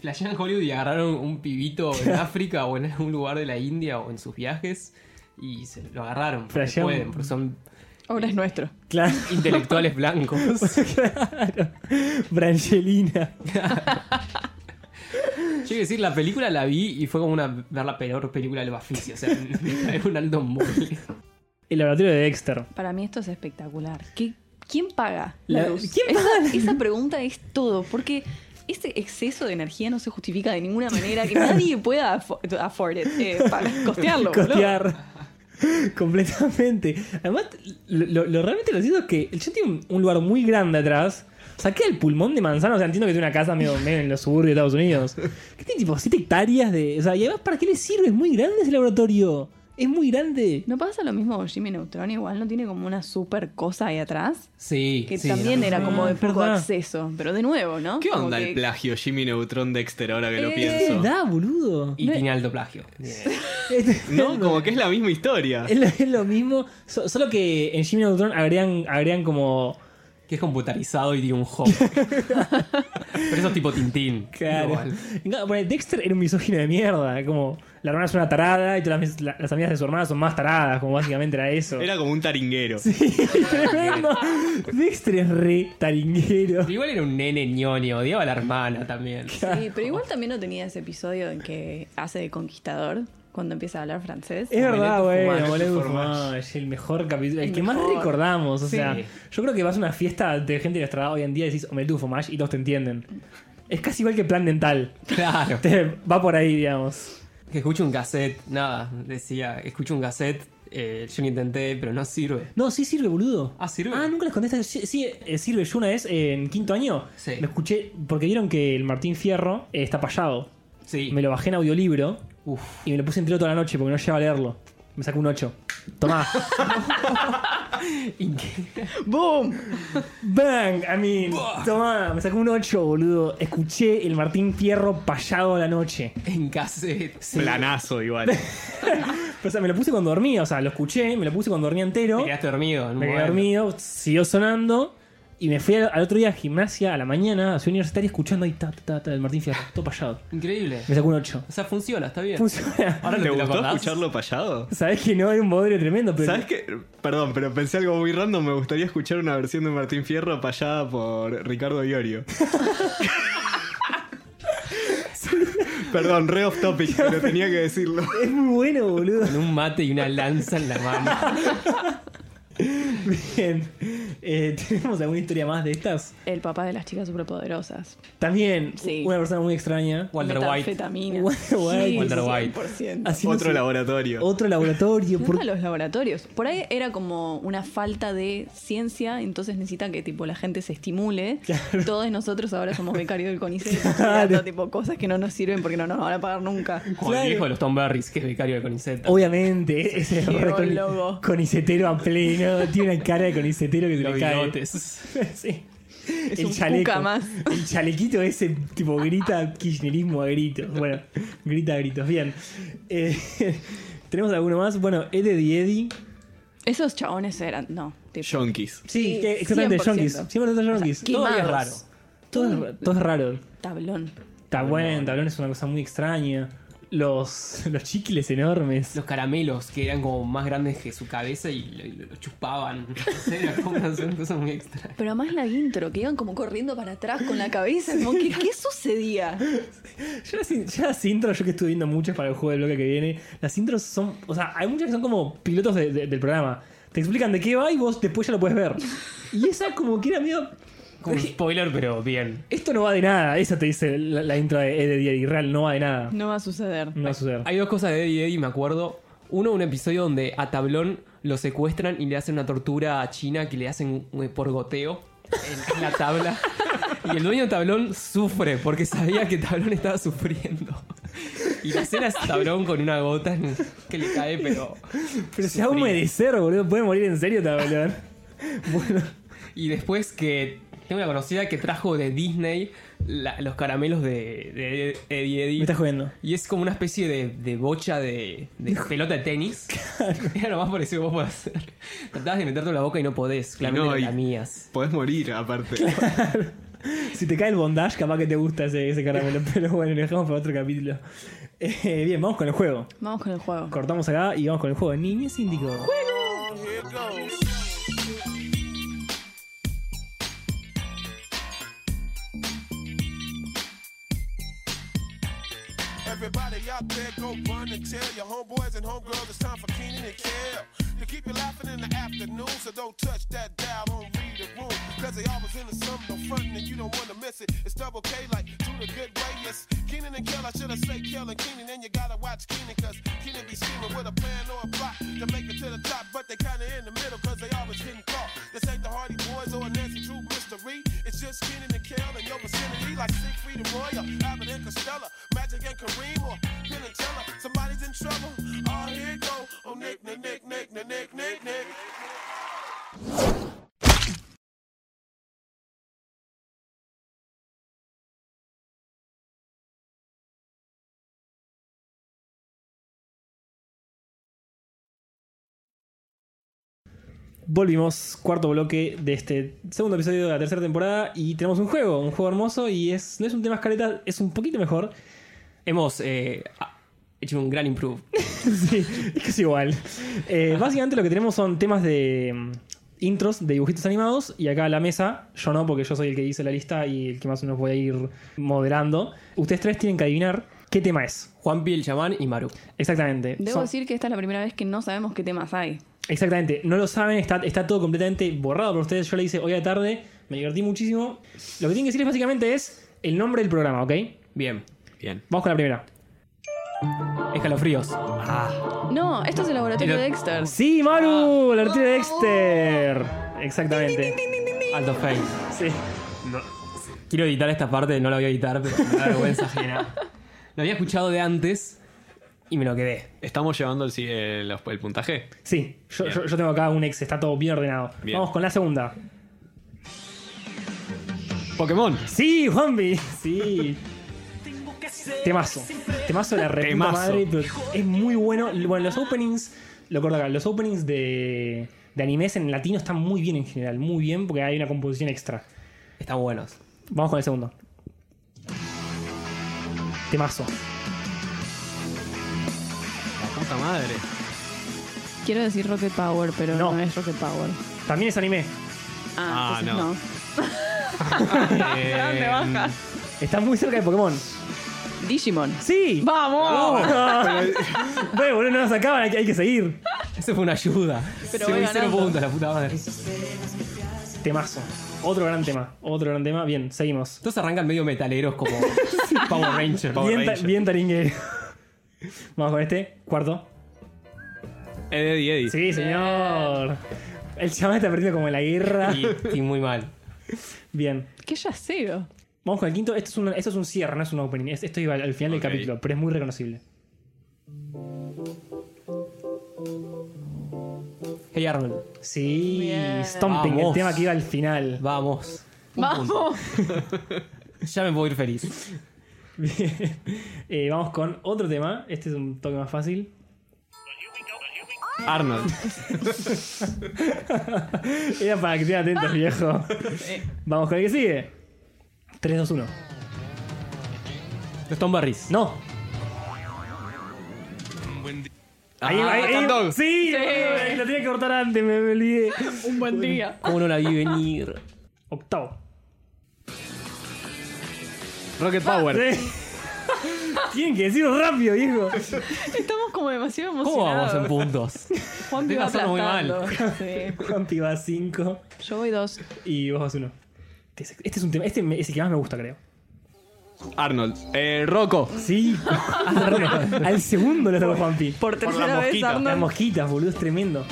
Flashean Hollywood y agarraron un pibito en África o en algún lugar de la India o en sus viajes y se lo agarraron. Porque
Flashean-
pueden, porque son
Ahora es nuestro.
Claro.
intelectuales blancos.
claro. Brangelina.
Yo iba a decir, la película la vi y fue como una, ver la peor película del Bafisi. O sea, es un alto mole.
El laboratorio de Dexter.
Para mí esto es espectacular. ¿Qué- ¿Quién paga
La-
la luz?
¿quién
esa,
paga la
esa pregunta es todo, porque ese exceso de energía no se justifica de ninguna manera que nadie pueda afo- afford it, eh, para costearlo. boludo.
Costear. Completamente. Además, lo, lo- lo realmente lo siento es que el chat tiene un, un lugar muy grande atrás. Saqué el pulmón de manzana, o sea, entiendo que tiene una casa medio, medio en los suburbios de Estados Unidos. Que tiene tipo 7 hectáreas de. O sea, y además, ¿para qué le sirve? Es muy grande ese laboratorio. Es muy grande.
¿No pasa lo mismo con Jimmy Neutron? Igual no tiene como una super cosa ahí atrás.
Sí.
Que
sí,
también
no.
era como de
Ah,
poco
verdad.
acceso. Pero de nuevo, ¿no?
¿Qué
Como
onda el
que-
plagio Jimmy Neutron Dexter ahora que lo
Eh,
¿Qué
pienso?
da, boludo?
Y tiene alto plagio.
No, como que es la misma historia.
Es lo, es lo mismo, so- solo que en Jimmy Neutron agregan, agregan como.
Que es computarizado y tiene un hop. Pero eso es tipo Tintín.
Claro.
Igual.
No, bueno, Dexter era un misógino de mierda. Como la hermana es una tarada y todas las, la- las amigas de su hermana son más taradas. Como básicamente era eso.
Era como un taringuero.
Tremendo. Dexter es re taringuero.
Pero Igual era un nene ñoño, odiaba a la hermana también.
Sí, pero igual también no tenía ese episodio en que hace de conquistador cuando empieza a hablar francés.
Es verdad,
Omelette
bueno,
fromage,
boludo,
fromage.
fromage, Es el mejor capítulo, el,
El
que más
mejor.
recordamos. O
Sí.
sea, yo creo que vas a una fiesta de gente de nuestra edad hoy en día y decís omelette du fromage y todos te entienden. Es casi igual que plan dental.
Claro.
Te- va por ahí, digamos.
Que escucho un cassette, nada, decía, escucho un cassette, eh, yo lo intenté, pero no sirve.
No, sí sirve, boludo.
Ah, ¿sirve?
Ah, nunca les contestas. Sí, sí, eh, sirve. Yo una vez eh, en quinto año
Sí.
lo escuché porque vieron que el Martín Fierro eh, está payado.
Sí.
Me lo bajé en audiolibro
Uf.
y me lo puse entero toda la noche porque no llegaba a leerlo. Me sacó un 8. Tomá.
¡Boom!
Bang, I mean, tomá, me sacó un 8, boludo. Escuché el Martín Fierro payado a la noche.
En cassette. Sí.
Planazo igual.
O sea, me lo puse cuando dormía, o sea, lo escuché, me lo puse cuando dormía entero.
Te quedaste dormido. en un
Me quedé
momento.
dormido, siguió sonando. Y me fui al, al otro día a gimnasia, a la mañana, a Ciudad Universitaria, escuchando ahí, ta, ta, ta, ta, el Martín Fierro, todo payado.
Increíble.
Me sacó un 8.
O sea, funciona, está bien.
Funciona.
Ahora que
¿Te
lo
gustó
acordás.
escucharlo payado?
Sabes que no hay un bodrio tremendo, pero.
¿Sabes qué? Perdón, pero pensé algo muy random. Me gustaría escuchar una versión de Martín Fierro payada por Ricardo Iorio. Perdón, re off topic, pero tenía que decirlo.
Es muy bueno, boludo.
Con un mate y una lanza en la mano.
Bien. Eh, ¿Tenemos alguna historia más de estas?
El papá de las chicas superpoderosas.
También,
Sí.
una persona muy extraña.
Walter White.
Metanfetamina.
Walter White.
Sí,
Walter White.
100%.
Haciéndose-
Otro laboratorio.
Otro laboratorio.
¿Qué
por-
onda los laboratorios? Por ahí era como una falta de ciencia, entonces necesita que tipo la gente se estimule.
Claro.
Todos nosotros ahora somos becarios del CONICET,
Claro.
estudiando, tipo cosas que no nos sirven porque no nos van a pagar nunca.
Como
Claro.
el viejo de los Tom Berries, que es vicario de Coniceta.
Obviamente, ese es
Geólogo.
conisetero a pleno. Tiene una cara de conisetero que se
Los
le cae.
bigotes.
Sí.
Es
el
un
chaleco.
puca más.
El chalequito ese tipo grita kirchnerismo a gritos. Bueno, grita a gritos. Bien. Eh, ¿Tenemos alguno más? Bueno, Eddie y Eddie.
Esos chabones eran, no, tipo,
Yonkis.
Sí,
Sí,
que exactamente,
100%.
Yonkis. 100% Yonkis.
qué-
Todo es
Quemados.
raro.
Todo, es- todo es raro.
tablón.
Tablón, tablón es una cosa muy extraña. Los, los chiquiles enormes.
Los caramelos, que eran como más grandes que su cabeza y lo, y lo- lo chupaban. No sé, era como una son cosas muy extrañas.
Pero además la intro, que iban como corriendo para atrás con la cabeza, como que, ¿qué sucedía?
Ya las, in- ya las intros, yo que estuve viendo muchas para el juego del bloque que viene, las intros son. O sea, hay muchas que son como pilotos de- de- del programa. Te explican de qué va y vos después ya lo puedes ver. Y esa, como que era medio.
Como un spoiler, pero bien.
Esto no va de nada. Esa te dice la, la intro de Eddie Eddie Real, no va de nada.
No va a suceder.
No va a suceder.
Hay dos cosas de Eddie Eddie, me acuerdo. Uno, un episodio donde a Tablón lo secuestran y le hacen una tortura a China que le hacen eh, por goteo en la tabla. Y el dueño de Tablón sufre porque sabía que Tablón estaba sufriendo. Y la escena es Tablón con una gota en- que le cae, pero...
Pero se va a
sufrido.
humedecer, boludo. Puede morir en serio, tablón. bueno,
Y después que tengo una conocida que trajo de Disney la- los caramelos de, de Eddie Eddie.
me estás jodiendo.
Y es como una especie de, de bocha de, de pelota de tenis. Era lo más parecido que vos podés hacer. Tratabas de meterte en la boca y no podés. Claramente
No,
eran
y-
las mías.
Podés morir, aparte.
Si te cae el bondage, capaz que te gusta ese, ese caramelo. Pero bueno, lo dejamos para otro capítulo. Eh, bien, vamos con el juego.
Vamos con el juego.
Cortamos acá y vamos con el juego. Niñez Índigo.
Everybody out there, go run and tell your homeboys and homegirls it's time for Keenan and Kel. To keep you laughing in the afternoon, so don't touch that dial, don't read the room. Cause they always into something no frontin' and you don't wanna miss it. It's double K like do the good way. Yes, Keenan and Kel, I should've said Kel and Keenan, and you gotta watch Keenan cause Keenan be scheming with a plan or a plot to make it to the top, but they kinda in the middle cause they always getting caught. This ain't the Hardy Boys or a Nancy Drew mystery. It's just Keenan and Kel in your vicinity like Siegfried and Royal, Abbott and Costello, Magic and Kareem or Penn and Teller. Somebody's in trouble. Oh, here it go. Oh, Nick, Nick, Nick, Nick, Nick, Nick, Nick, Nick.
Volvimos, cuarto bloque de este segundo episodio de la tercera temporada. Y tenemos un juego, un juego hermoso. Y es no es un tema escaleta, es un poquito mejor.
Hemos eh, ah, hecho un gran improve.
sí, es que es igual. Eh, básicamente lo que tenemos son temas de mm, intros de dibujitos animados y acá a la mesa, yo no porque yo soy el que hice la lista y el que más o menos voy a ir moderando. Ustedes tres tienen que adivinar qué tema es.
Juan Piel, Chamán y Maru.
Exactamente.
Debo
Son-
decir que esta es la primera vez que no sabemos qué temas hay.
Exactamente, no lo saben, está, está todo completamente borrado por ustedes. Yo le hice hoy a la tarde, me divertí muchísimo. Lo que tienen que decir es básicamente es el nombre del programa, ¿ok?
Bien.
Bien.
Vamos con la primera.
Escalofríos.
No, esto es el laboratorio de Dexter.
Sí, Maru, la artista de Dexter. Exactamente.
Alto Face.
Sí.
Quiero editar esta parte, no la voy a editar, pero me da vergüenza ajena. Lo había escuchado de antes y me lo quedé.
¿Estamos llevando el, si- el- los- el puntaje?
Sí, yo,
Bien.
yo- yo tengo acá un ex, está todo bien ordenado.
Bien.
Vamos con la segunda.
Pokémon.
Sí, Juanvi, sí. Temazo. Temazo de la reputa
Temazo.
madre, pero es muy bueno. Bueno, los openings lo corto acá. Los openings de, de animes en latino están muy bien en general, muy bien, porque hay una composición extra.
Están buenos.
Vamos con el segundo. Temazo.
La puta madre.
Quiero decir Rocket Power, pero
No.
no, es Rocket Power.
También es anime.
Ah,
Ah,
entonces
no.
no.
Eh,
me bajas.
Está muy cerca de Pokémon.
Digimon. Ah.
¡Sí!
¡Vamos!
Bueno, boludo, no nos acaban, hay, que- hay que seguir.
Esa fue una ayuda.
Pero
Se
voy
me hicieron
ganando.
puntos, la puta madre.
Temazo. Otro gran tema. Otro gran tema. Bien, seguimos.
Todos arrancan medio metaleros como Power Ranger.
Power
bien, ta-
Ranger.
bien taringuero. Vamos con este. Cuarto.
Eddie, Eddie.
Sí, señor. El chamán está perdiendo como en la guerra.
Y, y muy mal.
Bien.
¡Qué yacero!
Vamos con el quinto. Esto es un, esto es un cierre, no es un opening. Es- Esto iba al, al final
Ok.
del capítulo, pero es muy reconocible.
Hey Arnold.
Sí,
Bien.
Stomping, el
Vamos.
tema que iba al final.
Vamos.
¡Vamos!
Ya me puedo ir feliz.
Bien. Eh, vamos con otro tema. Este es un toque más fácil.
Arnold.
Era para que estén atentos, viejo. Vamos con el que sigue. 3, 2, 1.
Los Tom Barris.
¡No! Ahí,
Ah,
ahí, ahí.
Cat Dog.
Sí, boludo, lo tenía que cortar antes, me, me olvidé.
Un buen día.
¿Cómo no la vi venir?
Octavo.
Rocket Power.
Sí. Tienen que decirlo rápido, viejo.
Estamos como demasiado
¿Cómo
emocionados.
vamos en puntos?
Juan
Estoy
va
pasando muy mal.
aplastando. Sí.
Juanpi va 5
Yo voy dos.
y vos vas 1. Este es un tema, este me- es el que más me gusta, creo.
Arnold. Eh, Rocco.
Sí, al segundo lo sacó Juanpi.
Por tercera vez,
mosquita.
Las
Arnold.
mosquitas, boludo, es tremendo.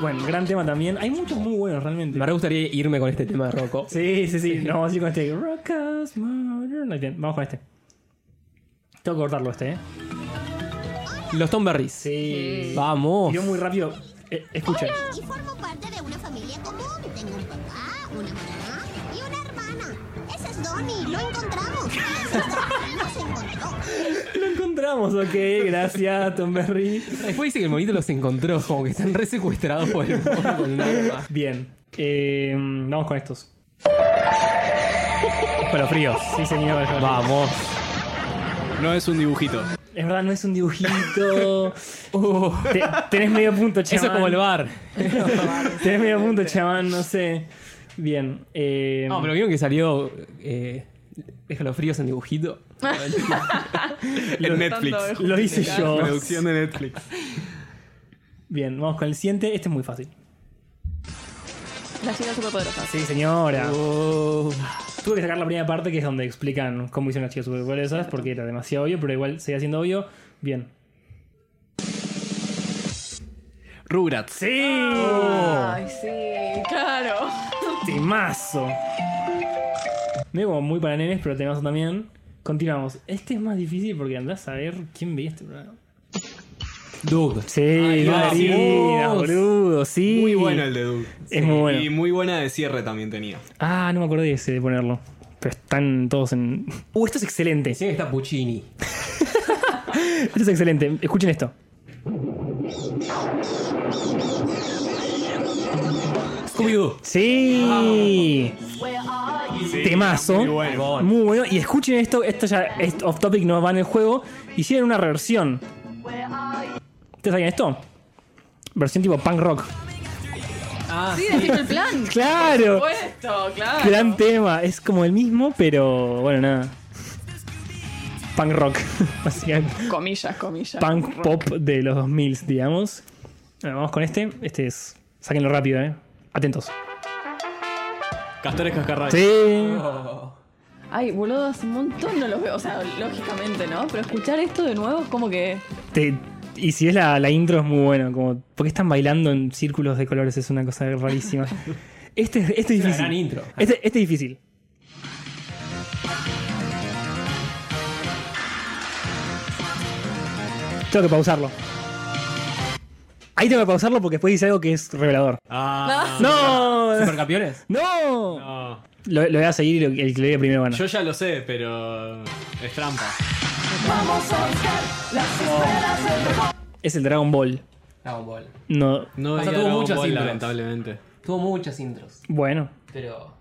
Bueno, gran tema también. Hay muchos muy buenos realmente.
Me re gustaría irme con este tema de Rocco.
Sí, sí, sí. Nos vamos a ir con este. Rock us, modern. Bien, vamos con este. Tengo que cortarlo este, ¿eh?
Los Tom Barris.
Sí.
Vamos.
Tiró muy rápido. Eh, escuchen.
Y formo parte de una familia común. Tengo un papá, una mamá y una hermana. Ese es Donnie, lo encontramos. Ese es Donnie, nos encontró.
Lo encontramos, ok. Gracias, Tom Berry.
Después dice que el monito los encontró, como que están re secuestrados por el mono con un arma.
Bien. Eh, vamos con estos.
Escalofríos.
Sí, señor.
Vamos.
No es un dibujito.
Es verdad, no es un dibujito. Te- tenés medio punto, chaval.
Uh. Eso es como el bar.
Tenés medio punto, chaval, no sé. Bien. Eh,
No, pero vieron que salió eh, escalofríos en dibujito.
En Netflix.
Tanto,
Lo hice yo.
Producción de Netflix.
Bien, vamos con el siguiente. Este es muy fácil.
Las chicas superpoderosas.
Sí, señora.
Uh.
Tuve que sacar la primera parte que es donde explican cómo hicieron las chicas superpoderosas porque era demasiado obvio, pero igual seguía siendo obvio. Bien.
Rugrats.
¡Sí!
Oh.
Oh.
Ay, sí, claro.
¡Temazo! Medio como muy para nenes, pero temazo también. Continuamos. Este es más difícil porque andás a ver quién veía este programa.
Doug.
Sí,
vamos.
Garinas, boludo, sí. Eh,
Muy bueno el de Doug.
Es muy bueno.
Y muy buena de cierre también tenía.
Ah, no me acordé de ese de ponerlo. Pero están todos en. Uh, esto es excelente.
Decían que está Puccini.
Esto es excelente. Escuchen esto.
Scooby-Doo.
Sí. Temazo.
muy bueno.
Muy bueno. Y escuchen esto. Esto ya es off topic, no va en el juego. Hicieron una reversión. ¿Ustedes saben esto? Versión tipo punk rock.
Ah,
Sí, decime el plan.
¡Claro!
Por supuesto, claro.
Gran tema, es como el mismo, pero bueno, nada. Punk rock, básicamente.
Comillas, comillas.
Punk pop de los 2000, digamos. Bueno, vamos con este. Este es. Sáquenlo rápido, eh. Atentos.
Castores Oh. Cascarrabia.
Sí.
Ay, boludo, hace un montón no los veo. O sea, lógicamente, ¿no? Pero escuchar esto de nuevo es como que.
Te- y si ves la, la intro, es muy bueno. Como, ¿Por qué están bailando en círculos de colores? Es una cosa rarísima. Este, es- este es
una gran
difícil.
intro.
Este, este es difícil. Tengo que pausarlo. Ahí tengo que pausarlo porque después dice algo que es revelador.
Ah.
¡No!
¿Supercampeones?
¡No!
No.
Lo, lo voy a seguir y lo- el que lo diga primero gana.
Yo ya lo sé, pero es trampa.
Pero
Es el Dragon Ball.
Dragon Ball.
No.
O
No
sea,
veía
tuvo
Dragon
muchas
Ball,
intros.
lamentablemente.
Tuvo muchas intros,
Bueno,
pero.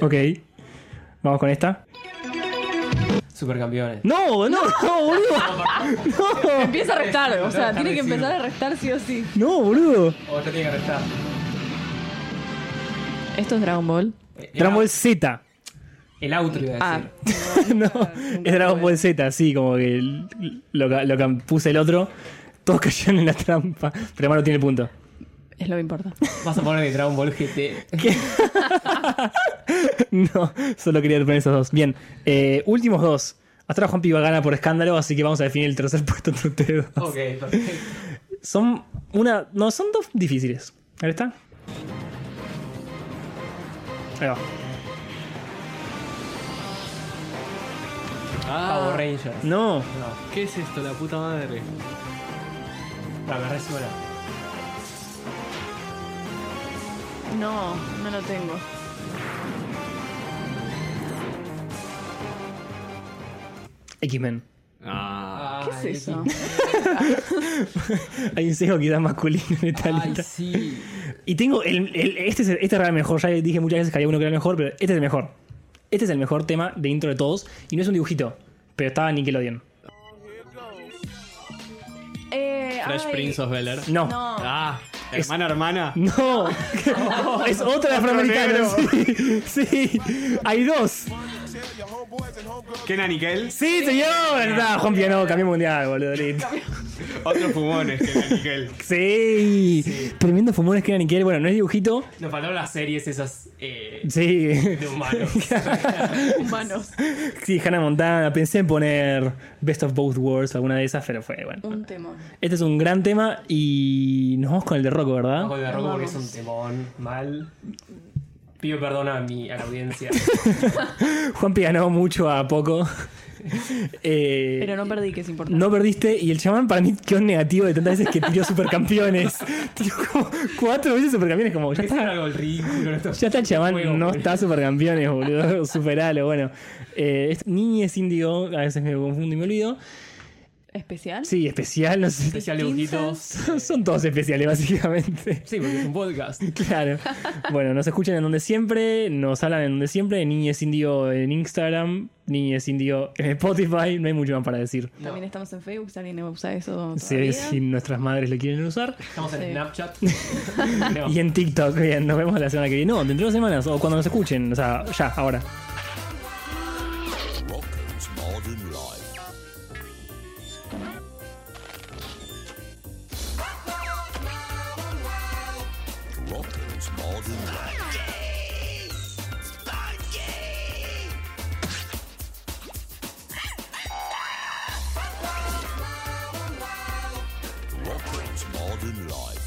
ok. Vamos con esta.
Supercampeones.
No, no, no, boludo. No,
Empieza a restar, o sea,
Dejar
tiene
de
que
decirlo.
empezar a restar sí o sí.
no, boludo.
O te Oh, tiene que restar.
¿Esto es Dragon Ball?
El-
Dragon Ball Z.
El outro iba a
Ah,
decir.
No,
nunca
es Dragon
pude.
Ball Z, sí, como que el- lo, que- lo que puse el otro. Todos cayeron en la trampa. Pero Manu tiene punto.
es lo que importa.
Vas a poner el Dragon Ball GT.
No, solo quería poner esos dos. Bien, eh, últimos dos. Hasta ahora Juan Piva gana por escándalo, así que vamos a definir el tercer puesto entre ustedes. dos.
ok, perfecto.
Son una. No, son dos difíciles. Ahí está. Ahí va.
Power Rangers.
No.
No,
Ah, ¿Qué es esto, la puta madre?
para me resuena.
No, no lo tengo.
X-Men.
Ah.
¿Qué es eso?
Hay un sesgo quizás masculino en esta
Ay,
lista.
sí.
Y tengo el, el- este, es el- este era el mejor, ya dije muchas veces que había uno que era el mejor, pero este es el mejor. Este es el mejor tema de intro de todos. Y no es un dibujito, pero estaba Nickelodeon.
Eh,
Fresh
ay,
Prince of Bel Air.
No. No.
No.
Ah, hermana, hermana.
es otro afroamericano. Sí, sí. Hay dos.
Kenan y Kel.
Sí, señor. Está, Juan Piano, campeón mundial, boludo. listo.
Otros fumones, Kenan y Kel.
Sí. Tremendo fumones que eran Nickel. Bueno, no es dibujito.
Nos faltaron las series esas eh,
Sí.
de humanos.
Humanos.
Sí, Hannah Montana. Pensé en poner Best of Both Worlds, alguna de esas, pero fue bueno.
Un temor.
Este es un gran tema y nos vamos con el de Rocco, ¿verdad?
Ojo de Barroco porque es un temón mal. Pido perdón a mi a la audiencia.
Juan ganó mucho a poco. Eh,
Pero no perdí, que es importante.
no perdiste y el chamán para mí quedó negativo de tantas veces que tiró supercampeones. tiró como cuatro veces supercampeones, como ya
es
está.
algo ridículo. esto.
Ya está el chamán,
Juego, pues.
no
boludo.
está supercampeones, boludo. Superalo, bueno. Eh, es, Niñez Índigo, a veces me confundo y me olvido.
¿Especial?
Sí, especial, no sé.
Especial dibujitos.
Son- Son todos especiales, básicamente.
Sí, porque es un podcast.
Claro. Bueno, nos escuchan en donde siempre, nos hablan en donde siempre, Niñez Indio en Instagram, Niñez Indio en Spotify, no hay mucho más para decir.
También estamos en Facebook, si alguien usa eso
Si,
todavía.
si nuestras madres lo quieren usar.
Estamos en
Sí.
Snapchat.
Y en TikTok, bien, nos vemos la semana que viene. No, dentro de dos semanas, o cuando nos escuchen, o sea, ya, ahora.
Rocco's Modern Life. Rocco's Modern Life. Rocco's Modern Life.